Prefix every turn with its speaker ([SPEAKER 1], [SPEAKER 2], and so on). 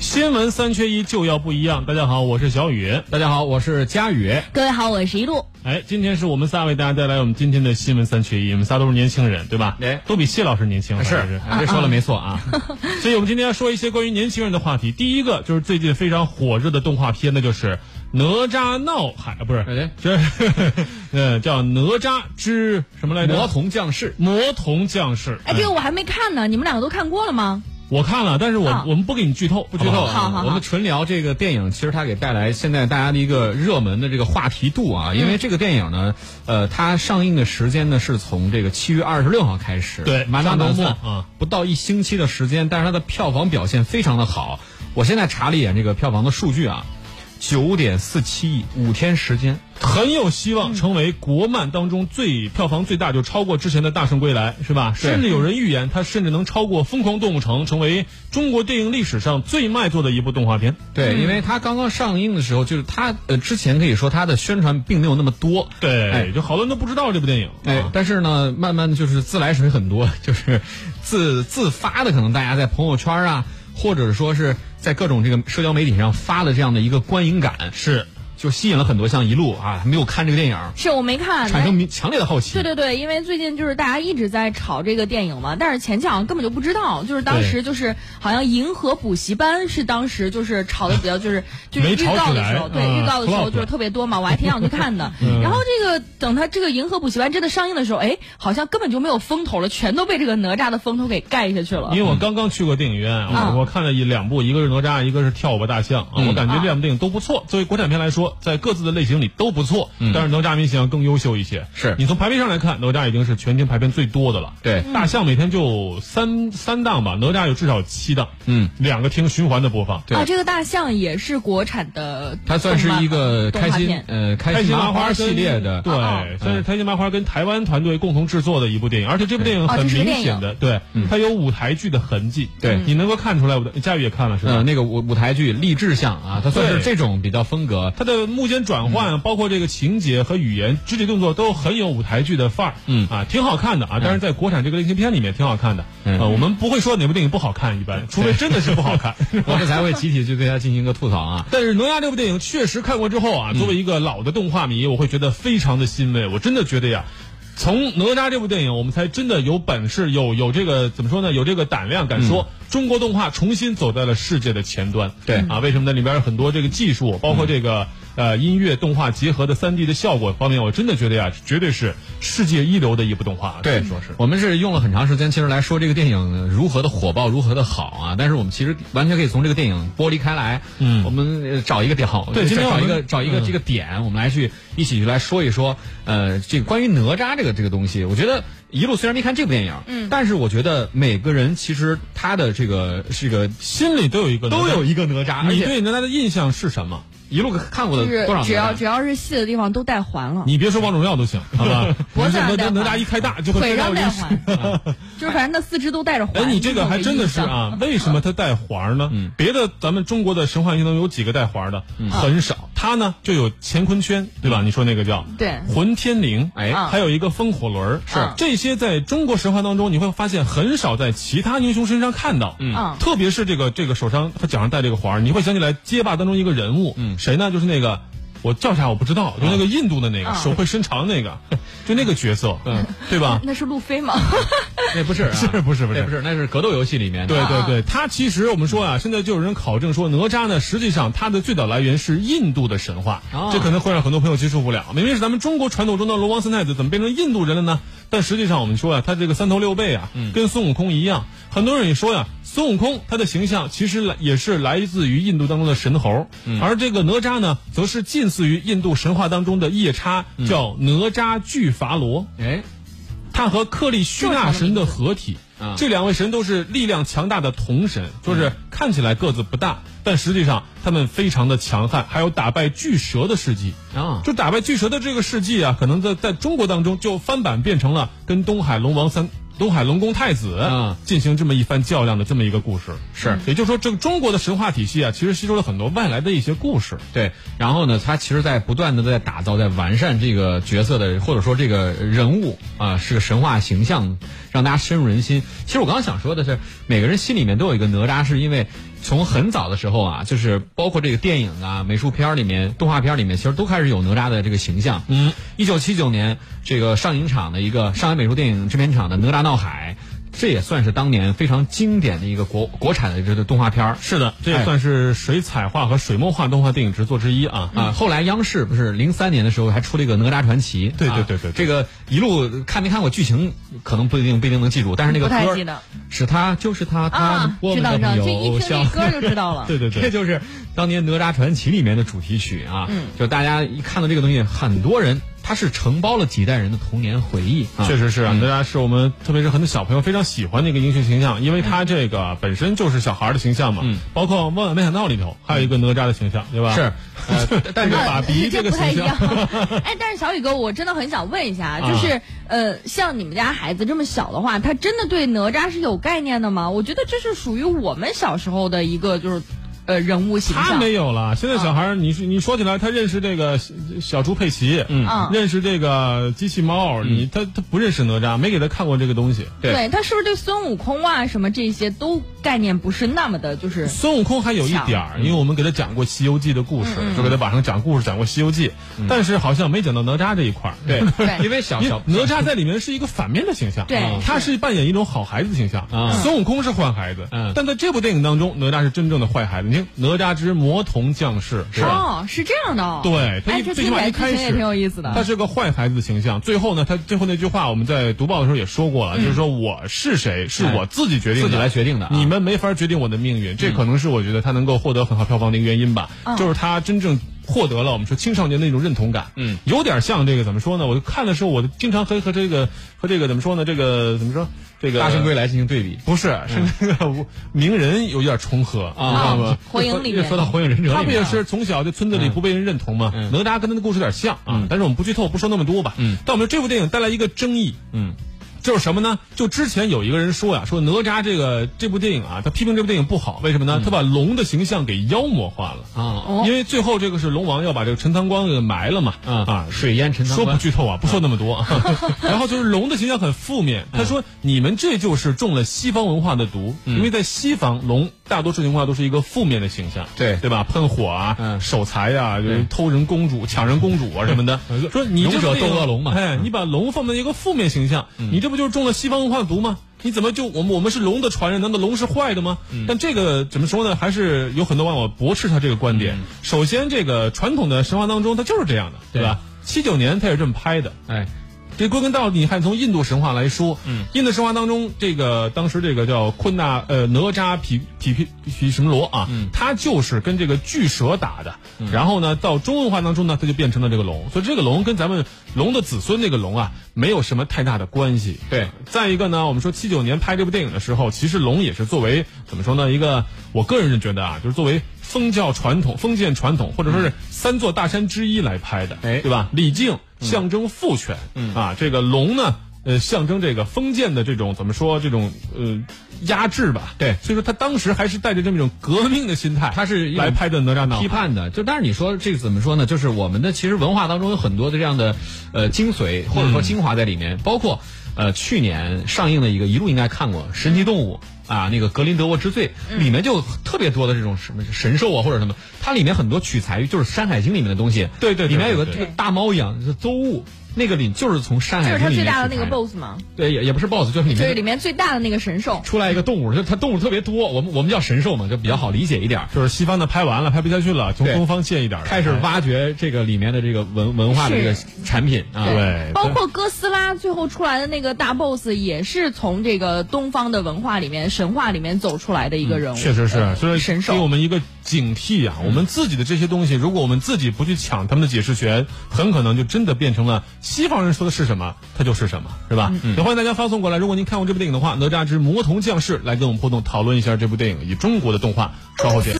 [SPEAKER 1] 新闻三缺一就要不一样。大家好，我是小雨。
[SPEAKER 2] 大家好，我是佳宇。
[SPEAKER 3] 各位好，我是一路。
[SPEAKER 1] 哎，今天是我们仨为大家带来我们今天的新闻三缺一。我们仨都是年轻人，对吧？
[SPEAKER 2] 哎
[SPEAKER 1] 都比谢老师年轻。
[SPEAKER 2] 是
[SPEAKER 1] 反正，
[SPEAKER 2] 这说的没错啊。
[SPEAKER 1] 所以我们今天要说一些关于年轻人的话题。第一个就是最近非常火热的动画片，那就是《哪吒闹海》，不是
[SPEAKER 2] 哎，
[SPEAKER 1] 这是 呃叫《哪吒之什么来着？
[SPEAKER 2] 魔童降世，
[SPEAKER 1] 魔童降世。
[SPEAKER 3] 哎，这个我还没看呢，你们两个都看过了吗？
[SPEAKER 1] 我看了，但是我、
[SPEAKER 3] 啊
[SPEAKER 1] 我们不给你剧透，
[SPEAKER 2] 不
[SPEAKER 1] 不
[SPEAKER 2] 剧透
[SPEAKER 3] 好好
[SPEAKER 2] 啊
[SPEAKER 3] 好。
[SPEAKER 2] 我们纯聊这个电影，其实它给带来现在大家的一个热门的这个话题度啊。因为这个电影呢，呃，它上映的时间呢是从这个七月二十六号开始，
[SPEAKER 1] 对
[SPEAKER 2] 满打
[SPEAKER 1] 上周
[SPEAKER 2] 满
[SPEAKER 1] 末
[SPEAKER 2] 算
[SPEAKER 1] 啊，
[SPEAKER 2] 不到一星期的时间，但是它的票房表现非常的好。我现在查了一眼这个票房的数据啊，九点四七亿，五天时间。
[SPEAKER 1] 很有希望成为国漫当中最票房最大，就超过之前的《大圣归来》，是吧？
[SPEAKER 2] 对
[SPEAKER 1] 甚至有人预言，它甚至能超过《疯狂动物城》，成为中国电影历史上最卖座的一部动画片。
[SPEAKER 2] 对，因为它刚刚上映的时候，就是它呃之前可以说它的宣传并没有那么多，
[SPEAKER 1] 对，
[SPEAKER 2] 哎
[SPEAKER 1] 就好多人都不知道这部电影。
[SPEAKER 2] 哎
[SPEAKER 1] 啊，
[SPEAKER 2] 但是呢，慢慢就是自来水很多， 就是自自发的，可能大家在朋友圈啊，或者说是在各种这个社交媒体上发了这样的一个观影感，
[SPEAKER 1] 是
[SPEAKER 2] 就吸引了很多像一路啊没有看这个电影，
[SPEAKER 3] 是我没看。哎
[SPEAKER 2] 产生明强烈的好奇。
[SPEAKER 3] 对对对，因为最近就是大家一直在炒这个电影嘛，但是前期好像根本就不知道，就是当时就是好像银河补习班是当时就是炒的比较 就是就是
[SPEAKER 1] 没
[SPEAKER 3] 预
[SPEAKER 1] 炒起
[SPEAKER 3] 告的
[SPEAKER 1] 来
[SPEAKER 3] 时候，对
[SPEAKER 1] 嗯
[SPEAKER 3] 预告的时候
[SPEAKER 1] flop
[SPEAKER 3] 就是特别多嘛，我还挺想去看 的。
[SPEAKER 2] 嗯
[SPEAKER 3] 然后这个等他这个银河补习班真的上映的时候，哎，好像根本就没有风头了，全都被这个哪吒的风头给盖下去了
[SPEAKER 1] 因为。我刚刚去过电影院，
[SPEAKER 3] 嗯
[SPEAKER 1] 我我看了一两部，一个是哪吒，一个是跳舞吧大象啊，
[SPEAKER 2] 啊嗯
[SPEAKER 1] 我感觉这两部电影都不错。作为国产片来说，在各自的类型里都不错，
[SPEAKER 2] 嗯
[SPEAKER 1] 但是哪吒明显要更优秀一些。
[SPEAKER 2] 是
[SPEAKER 1] 你从排片上来看，哪吒已经是全球排片最多的了。
[SPEAKER 2] 对
[SPEAKER 1] 大象每天就三三档吧，哪吒有至少七档，
[SPEAKER 2] 嗯，
[SPEAKER 1] 两个厅循环的播放。
[SPEAKER 2] 对
[SPEAKER 3] 啊，这个大象也是国产的动漫吧，
[SPEAKER 2] 它算是一个
[SPEAKER 3] 动
[SPEAKER 2] 开
[SPEAKER 3] 画
[SPEAKER 2] 心
[SPEAKER 3] 片
[SPEAKER 2] 呃开
[SPEAKER 1] 开
[SPEAKER 2] 心
[SPEAKER 1] 心
[SPEAKER 2] 麻花
[SPEAKER 1] 花
[SPEAKER 2] 系列的，啊嗯
[SPEAKER 1] 对，算是开心麻花跟台湾团队共同制作的一部电影，而且这部电影
[SPEAKER 3] 哦
[SPEAKER 1] 很
[SPEAKER 3] 这是
[SPEAKER 1] 明
[SPEAKER 3] 个电影
[SPEAKER 1] 显的，对，它有舞台剧的痕迹，
[SPEAKER 2] 嗯
[SPEAKER 1] 嗯
[SPEAKER 2] 对
[SPEAKER 1] 你能够看出来。我的佳宇也看了是吧？
[SPEAKER 2] 呃那个舞舞台剧励志向啊，它算是
[SPEAKER 1] 对
[SPEAKER 2] 这种比较风格，
[SPEAKER 1] 它的幕间转
[SPEAKER 2] 嗯
[SPEAKER 1] 换，啊包括这个情节和语言、肢体动作都很有舞台剧的范儿，
[SPEAKER 2] 嗯
[SPEAKER 1] 啊，挺好看的啊。但是在国产这个类型片里面挺好看的，
[SPEAKER 2] 嗯
[SPEAKER 1] 啊，我们不会说哪部电影不好看，一般，除非真的是不好 看。
[SPEAKER 2] 我们才会集体去对它进行一个吐槽啊。
[SPEAKER 1] 但是《哪吒》这部电影确实看过之后啊，
[SPEAKER 2] 嗯
[SPEAKER 1] 作为一个老的动画迷，我会觉得非常的欣慰。我真的觉得呀，从《哪吒》这部电影，我们才真的有本事，有有这个怎么说呢？有这个胆量，敢说、中国动画重新走在了世界的前端。
[SPEAKER 2] 嗯对嗯
[SPEAKER 1] 啊，为什么呢？里边有很多这个技术，包括这个、呃音乐动画结合的三 D 的效果方面，我真的觉得呀，绝对是世界一流的一部动画。啊
[SPEAKER 2] 对，
[SPEAKER 1] 可以说是。
[SPEAKER 2] 我们是用了很长时间，其实来说这个电影如何的火爆，如何的好啊。但是我们其实完全可以从这个电影剥离开来，
[SPEAKER 1] 嗯
[SPEAKER 2] 我们呃找一个点好，
[SPEAKER 1] 对今天
[SPEAKER 2] 找
[SPEAKER 1] 我
[SPEAKER 2] 一
[SPEAKER 1] 们
[SPEAKER 2] 个找一个
[SPEAKER 1] 嗯
[SPEAKER 2] 这个点，我们来去一起去来说一说，呃，这个关于哪吒这个这个东西，我觉得。一路虽然没看这部电影，嗯，但是我觉得每个人其实他的这个这个
[SPEAKER 1] 心里都有一个哪吒
[SPEAKER 2] 都有。一个哪吒，而
[SPEAKER 1] 你
[SPEAKER 2] 且
[SPEAKER 1] 对哪吒的印象是什么？
[SPEAKER 2] 一路看过
[SPEAKER 3] 就
[SPEAKER 2] 的
[SPEAKER 3] 是
[SPEAKER 2] 多少
[SPEAKER 3] 只要
[SPEAKER 2] 哪吒
[SPEAKER 3] 只要是细的地方都带环了，
[SPEAKER 1] 你别说王者荣耀都行，好吧？
[SPEAKER 3] 脖子上
[SPEAKER 1] 哪
[SPEAKER 3] 戴
[SPEAKER 1] 吒
[SPEAKER 3] 环
[SPEAKER 1] 哪吒一开大就会
[SPEAKER 3] 腿
[SPEAKER 1] 飞到
[SPEAKER 3] 上带
[SPEAKER 1] 人
[SPEAKER 3] 环， 就是反正那四肢都带着环。
[SPEAKER 1] 哎，你这个
[SPEAKER 3] 种
[SPEAKER 1] 还真的是
[SPEAKER 3] 印象。
[SPEAKER 1] 啊！为什么它带环儿呢？
[SPEAKER 2] 嗯
[SPEAKER 1] 别的咱们中国的神话英雄有几个带环儿的？
[SPEAKER 3] 啊
[SPEAKER 1] 很少。它呢就有乾坤圈，对吧？你说那个叫
[SPEAKER 3] 对
[SPEAKER 1] 混天绫，
[SPEAKER 2] 哎
[SPEAKER 3] 啊
[SPEAKER 1] 还有一个风火轮儿，啊
[SPEAKER 3] 是
[SPEAKER 1] 这些在中国神话当中你会发现很少在其他英雄身上看到，
[SPEAKER 3] 嗯
[SPEAKER 1] 特别是这个这个手上和脚上戴这个环儿，你会想起来街霸当中一个人物，
[SPEAKER 2] 嗯
[SPEAKER 1] 谁呢？就是那个。我叫啥我不知道，就那个印度的那个、
[SPEAKER 3] 啊
[SPEAKER 1] 手会伸长那个， 就那个角色，嗯，对吧？
[SPEAKER 3] 那 是路啊飞吗？
[SPEAKER 2] 那不是啊
[SPEAKER 1] 是不是不是
[SPEAKER 2] 那不是，那是格斗游戏里面的
[SPEAKER 1] 对对
[SPEAKER 3] 啊
[SPEAKER 1] 对，它其实我们说啊，现在就有人考证说，哪吒呢，实际上它的最早来源是印度的神话
[SPEAKER 2] 哦，
[SPEAKER 1] 这可能会让很多朋友接受不了。明明是咱们中国传统中的罗王三太子，怎么变成印度人了呢？但实际上我们说啊，他这个三头六臂啊，
[SPEAKER 2] 嗯
[SPEAKER 1] 跟孙悟空一样。很多人也说呀、孙悟空他的形象其实来也是来自于印度当中的神猴，
[SPEAKER 2] 嗯
[SPEAKER 1] 而这个哪吒呢，则是近似于印度神话当中的夜叉，
[SPEAKER 2] 嗯
[SPEAKER 1] 叫哪吒巨伐罗。
[SPEAKER 2] 哎，
[SPEAKER 1] 他和克利希那神的合体
[SPEAKER 2] 啊。
[SPEAKER 1] 这两位神都是力量强大的铜神，就是看起来个子不大，但实际上他们非常的强悍，还有打败巨蛇的事迹。
[SPEAKER 2] 啊，
[SPEAKER 1] 就打败巨蛇的这个事迹啊，可能在在中国当中就翻版变成了跟东海龙王三。东海龙宫太子
[SPEAKER 2] 啊
[SPEAKER 1] 进行这么一番较量的这么一个故事，
[SPEAKER 2] 是
[SPEAKER 1] 也就是说，这个中国的神话体系啊，其实吸收了很多外来的一些故事。
[SPEAKER 2] 对，然后呢，他其实在不断的在打造、在完善这个角色的，或者说这个人物啊、是个神话形象，让大家深入人心。其实我刚刚想说的是，每个人心里面都有一个哪吒，是因为从很早的时候啊，就是包括这个电影啊、美术片儿里面、动画片儿里面，其实都开始有哪吒的这个形象。嗯，一九七九年，这个上影厂的一个上海美术电影制片厂的《哪吒闹海》，这也算是当年非常经典的一个国国产的这个动画片儿。
[SPEAKER 1] 是的，这也算是水彩画和水墨画动画电影制作之一啊。
[SPEAKER 2] 啊，后来央视不是零三年的时候还出了一个《哪吒传奇》啊，
[SPEAKER 1] 对对对对对
[SPEAKER 2] 这个一路看没看过剧情，可能不一定不一定能记住，但是那个
[SPEAKER 3] 不太
[SPEAKER 2] 歌
[SPEAKER 3] 记得
[SPEAKER 2] 儿是他就是他，他
[SPEAKER 3] 啊，
[SPEAKER 2] 我
[SPEAKER 3] 知
[SPEAKER 2] 们
[SPEAKER 3] 道
[SPEAKER 2] 的
[SPEAKER 3] 知道，就一
[SPEAKER 2] 友
[SPEAKER 3] 听
[SPEAKER 2] 像
[SPEAKER 3] 这。歌就知 道了。
[SPEAKER 1] 对对
[SPEAKER 2] 这
[SPEAKER 1] 对，
[SPEAKER 2] 就是当年《哪吒传奇》里面的主题曲啊，
[SPEAKER 3] 嗯
[SPEAKER 2] 就大家一看到这个东西，很多人他是承包了几代人的童年回忆啊，
[SPEAKER 1] 确实是啊，
[SPEAKER 2] 嗯
[SPEAKER 1] 哪吒是我们特别是很多小朋友非常喜欢的一个英雄形象，因为他这个本身就是小孩儿的形象嘛。
[SPEAKER 2] 嗯
[SPEAKER 1] 包括《万万没想到》里头还有一个哪吒的形象，对吧？
[SPEAKER 2] 是，呃 但是
[SPEAKER 1] 这个
[SPEAKER 3] 啊
[SPEAKER 1] 爸比
[SPEAKER 3] 这
[SPEAKER 1] 这个
[SPEAKER 3] 不太一
[SPEAKER 1] 形
[SPEAKER 3] 样
[SPEAKER 1] 象。
[SPEAKER 3] 哎，但是小雨哥，我真的很想问一下，
[SPEAKER 1] 啊
[SPEAKER 3] 就是、呃，像你们家孩子这么小的话，他真的对哪吒是有概念的吗？我觉得这是属于我们小时候的一个就是呃人物形
[SPEAKER 1] 他
[SPEAKER 3] 象。
[SPEAKER 1] 没有了，现在小孩儿，你是你说起来，他认识这个小小猪佩奇，
[SPEAKER 3] 嗯
[SPEAKER 1] 认识这个机器猫，你他他不认识哪吒，没给他看过这个东西。
[SPEAKER 2] 嗯对
[SPEAKER 3] 对他是不是对孙悟空啊什么这些都概念不是那么的，就是
[SPEAKER 1] 孙悟空还有一点儿，
[SPEAKER 2] 嗯
[SPEAKER 1] 因为我们给他讲过《西游记》的故事，就给他晚上讲故事，讲过《西游记》，但是好像没讲到哪吒这一块儿。
[SPEAKER 2] 嗯对
[SPEAKER 3] 对，
[SPEAKER 2] 因为小
[SPEAKER 1] 因为
[SPEAKER 2] 小
[SPEAKER 1] 哪吒在里面是一个反面的形象，
[SPEAKER 3] 对
[SPEAKER 1] 嗯他是扮演一种好孩子的形象。
[SPEAKER 2] 嗯
[SPEAKER 1] 孙悟空是坏孩子，
[SPEAKER 2] 嗯
[SPEAKER 1] 但在这部电影当中，哪吒是真正的坏孩子。你听，哪吒之魔童降世，是吧？
[SPEAKER 3] 哦是这样的哦。
[SPEAKER 1] 对他
[SPEAKER 3] 哎，
[SPEAKER 1] 一
[SPEAKER 3] 这
[SPEAKER 1] 最起
[SPEAKER 3] 听起
[SPEAKER 1] 码
[SPEAKER 3] 来
[SPEAKER 1] 一
[SPEAKER 3] 剧
[SPEAKER 1] 开
[SPEAKER 3] 情也挺
[SPEAKER 1] 始
[SPEAKER 3] 有意思的。
[SPEAKER 1] 他是个坏孩子的形象。最后呢，他最后那句话我们在读报的时候也说过了，就是说我是谁是
[SPEAKER 2] 嗯哎
[SPEAKER 1] 我自己决定的，
[SPEAKER 2] 自己来决定的啊嗯
[SPEAKER 1] 你们没法决定我的命运。这可能是我觉得他能够获得很好票房的一个原因吧，
[SPEAKER 3] 嗯
[SPEAKER 1] 就是他真正。获得了我们说青少年的那种认同感，
[SPEAKER 2] 嗯，
[SPEAKER 1] 有点像这个怎么说呢？我看的时候，我经常和和这个和这个怎么说呢？这个怎么说？这个
[SPEAKER 2] 大圣归来进行对比，
[SPEAKER 1] 不是是那个无名人有点重合啊
[SPEAKER 2] 啊
[SPEAKER 1] 知道吗？
[SPEAKER 3] 火影里面
[SPEAKER 2] 说到火影忍者里面啊，
[SPEAKER 1] 他不也是从小在村子里
[SPEAKER 2] 嗯
[SPEAKER 1] 不被人认同吗？
[SPEAKER 2] 嗯
[SPEAKER 1] 哪吒跟他的故事有点像啊
[SPEAKER 2] 嗯，
[SPEAKER 1] 但是我们不剧透，不说那么多吧。
[SPEAKER 2] 嗯
[SPEAKER 1] 但我们这部电影带来一个争议，
[SPEAKER 2] 嗯
[SPEAKER 1] 就是什么呢？就之前有一个人说呀、说哪吒这个这部电影啊，他批评这部电影不好，为什么
[SPEAKER 2] 嗯
[SPEAKER 1] 呢？他把龙的形象给妖魔化了。
[SPEAKER 2] 啊
[SPEAKER 3] 哦
[SPEAKER 1] 因为最后这个是龙王要把这个陈塘关给埋了嘛，啊
[SPEAKER 2] 啊，，水淹陈塘
[SPEAKER 1] 说不
[SPEAKER 2] 关，
[SPEAKER 1] 剧透啊，不说那么 多。然后就是龙的形象很负面，
[SPEAKER 2] 嗯
[SPEAKER 1] 他说你们这就是中了西方文化的毒，因为在西方龙大多数情况下都是一个负面的形象，
[SPEAKER 2] 对
[SPEAKER 1] 对吧？喷火啊，
[SPEAKER 2] 嗯
[SPEAKER 1] 守财呀，就是偷人公主、抢人公主啊什么的。说你这
[SPEAKER 2] 嗯勇者
[SPEAKER 1] 不也
[SPEAKER 2] 斗恶龙嘛嗯
[SPEAKER 1] 哎，你把龙放在一个负面形象，你这不就是中了西方文化的毒吗？你怎么就我们我们是龙的传人？难道龙是坏的吗？
[SPEAKER 2] 嗯
[SPEAKER 1] 但这个怎么说呢？还是有很多网友驳斥他这个观点。
[SPEAKER 2] 嗯
[SPEAKER 1] 首先，这个传统的神话当中，它就是这样的，对
[SPEAKER 2] 对
[SPEAKER 1] 吧？七九年他也这么拍的。
[SPEAKER 2] 哎，
[SPEAKER 1] 这归根到底，你看从印度神话来说，嗯，印度神话当中，这个当时这个叫昆纳呃哪吒毗毗毗毗什么罗啊，
[SPEAKER 2] 嗯
[SPEAKER 1] 他就是跟这个巨蛇打的。然后呢，到中文化当中呢，他就变成了这个龙，所以这个龙跟咱们龙的子孙那个龙啊，没有什么太大的关系。
[SPEAKER 2] 对，
[SPEAKER 1] 再一个呢，我们说七九年拍这部电影的时候，其实龙也是作为怎么说呢？一个我个人是觉得啊，就是作为封教传统、封建传统，或者说是三座大山之一来拍的，
[SPEAKER 2] 嗯哎
[SPEAKER 1] 对吧？啊李靖象征父权，
[SPEAKER 2] 嗯
[SPEAKER 1] 啊，这个龙呢，呃，象征这个封建的这种怎么说这种呃压制吧？
[SPEAKER 2] 对
[SPEAKER 1] 所以说他当时还是带着这么一种革命的心态，
[SPEAKER 2] 他是一种
[SPEAKER 1] 来拍的哪吒闹海
[SPEAKER 2] 批。判的，就但是你说这个怎么说呢？就是我们的其实文化当中有很多的这样的呃精髓或者
[SPEAKER 1] 嗯
[SPEAKER 2] 说精华在里面，包括呃去年上映的一个一路应该看过《神奇动物》啊，那个《格林德沃之罪》
[SPEAKER 3] 嗯
[SPEAKER 2] 里面就特别多的这种什么神兽啊或者什么，它里面很多取材于就是《山海经》里面的东西，
[SPEAKER 1] 对对对
[SPEAKER 2] 里面有个
[SPEAKER 1] 对对
[SPEAKER 2] 大猫一样就是邹物，那个里就是从《山
[SPEAKER 3] 就
[SPEAKER 2] 海
[SPEAKER 3] 是
[SPEAKER 2] 经》
[SPEAKER 3] 他
[SPEAKER 2] 里
[SPEAKER 3] 最
[SPEAKER 2] 面
[SPEAKER 3] 大的
[SPEAKER 2] 取
[SPEAKER 3] 那个
[SPEAKER 2] 材
[SPEAKER 3] BOSS 嘛，
[SPEAKER 2] 对，也也不是 BOSS，就是里
[SPEAKER 3] 就是
[SPEAKER 2] 面
[SPEAKER 3] 里
[SPEAKER 2] 的
[SPEAKER 3] 面最大的那个神兽。
[SPEAKER 2] 出来一个动物，就它动物特别多，我们我们叫神兽嘛，就比较好理解一点儿。
[SPEAKER 1] 就是西方的拍完了，拍不下去了，从
[SPEAKER 2] 对
[SPEAKER 1] 东方借一点儿来啊
[SPEAKER 2] 开始
[SPEAKER 1] 拍
[SPEAKER 2] 挖掘这个里面的这个文文化的这个产品啊，
[SPEAKER 1] 对对
[SPEAKER 3] 包括哥斯拉最后出来的那个大 boss 也是从这个东方的文化里面、神话里面走出来的一个人物。
[SPEAKER 1] 嗯
[SPEAKER 3] 哎
[SPEAKER 1] 确实是，所以
[SPEAKER 3] 神兽嗯
[SPEAKER 1] 给我们一个警惕啊！我们自己的这些东西，如果我们自己不去抢他们的解释权，很可能就真的变成了西方人说的是什么，它就是什么，是吧？
[SPEAKER 3] 嗯
[SPEAKER 1] 也欢迎大家发送过来。如果您看过这部电影的话，《哪吒之魔童降世》来跟我们互动讨论一下这部电影以及中国的动画。稍后见。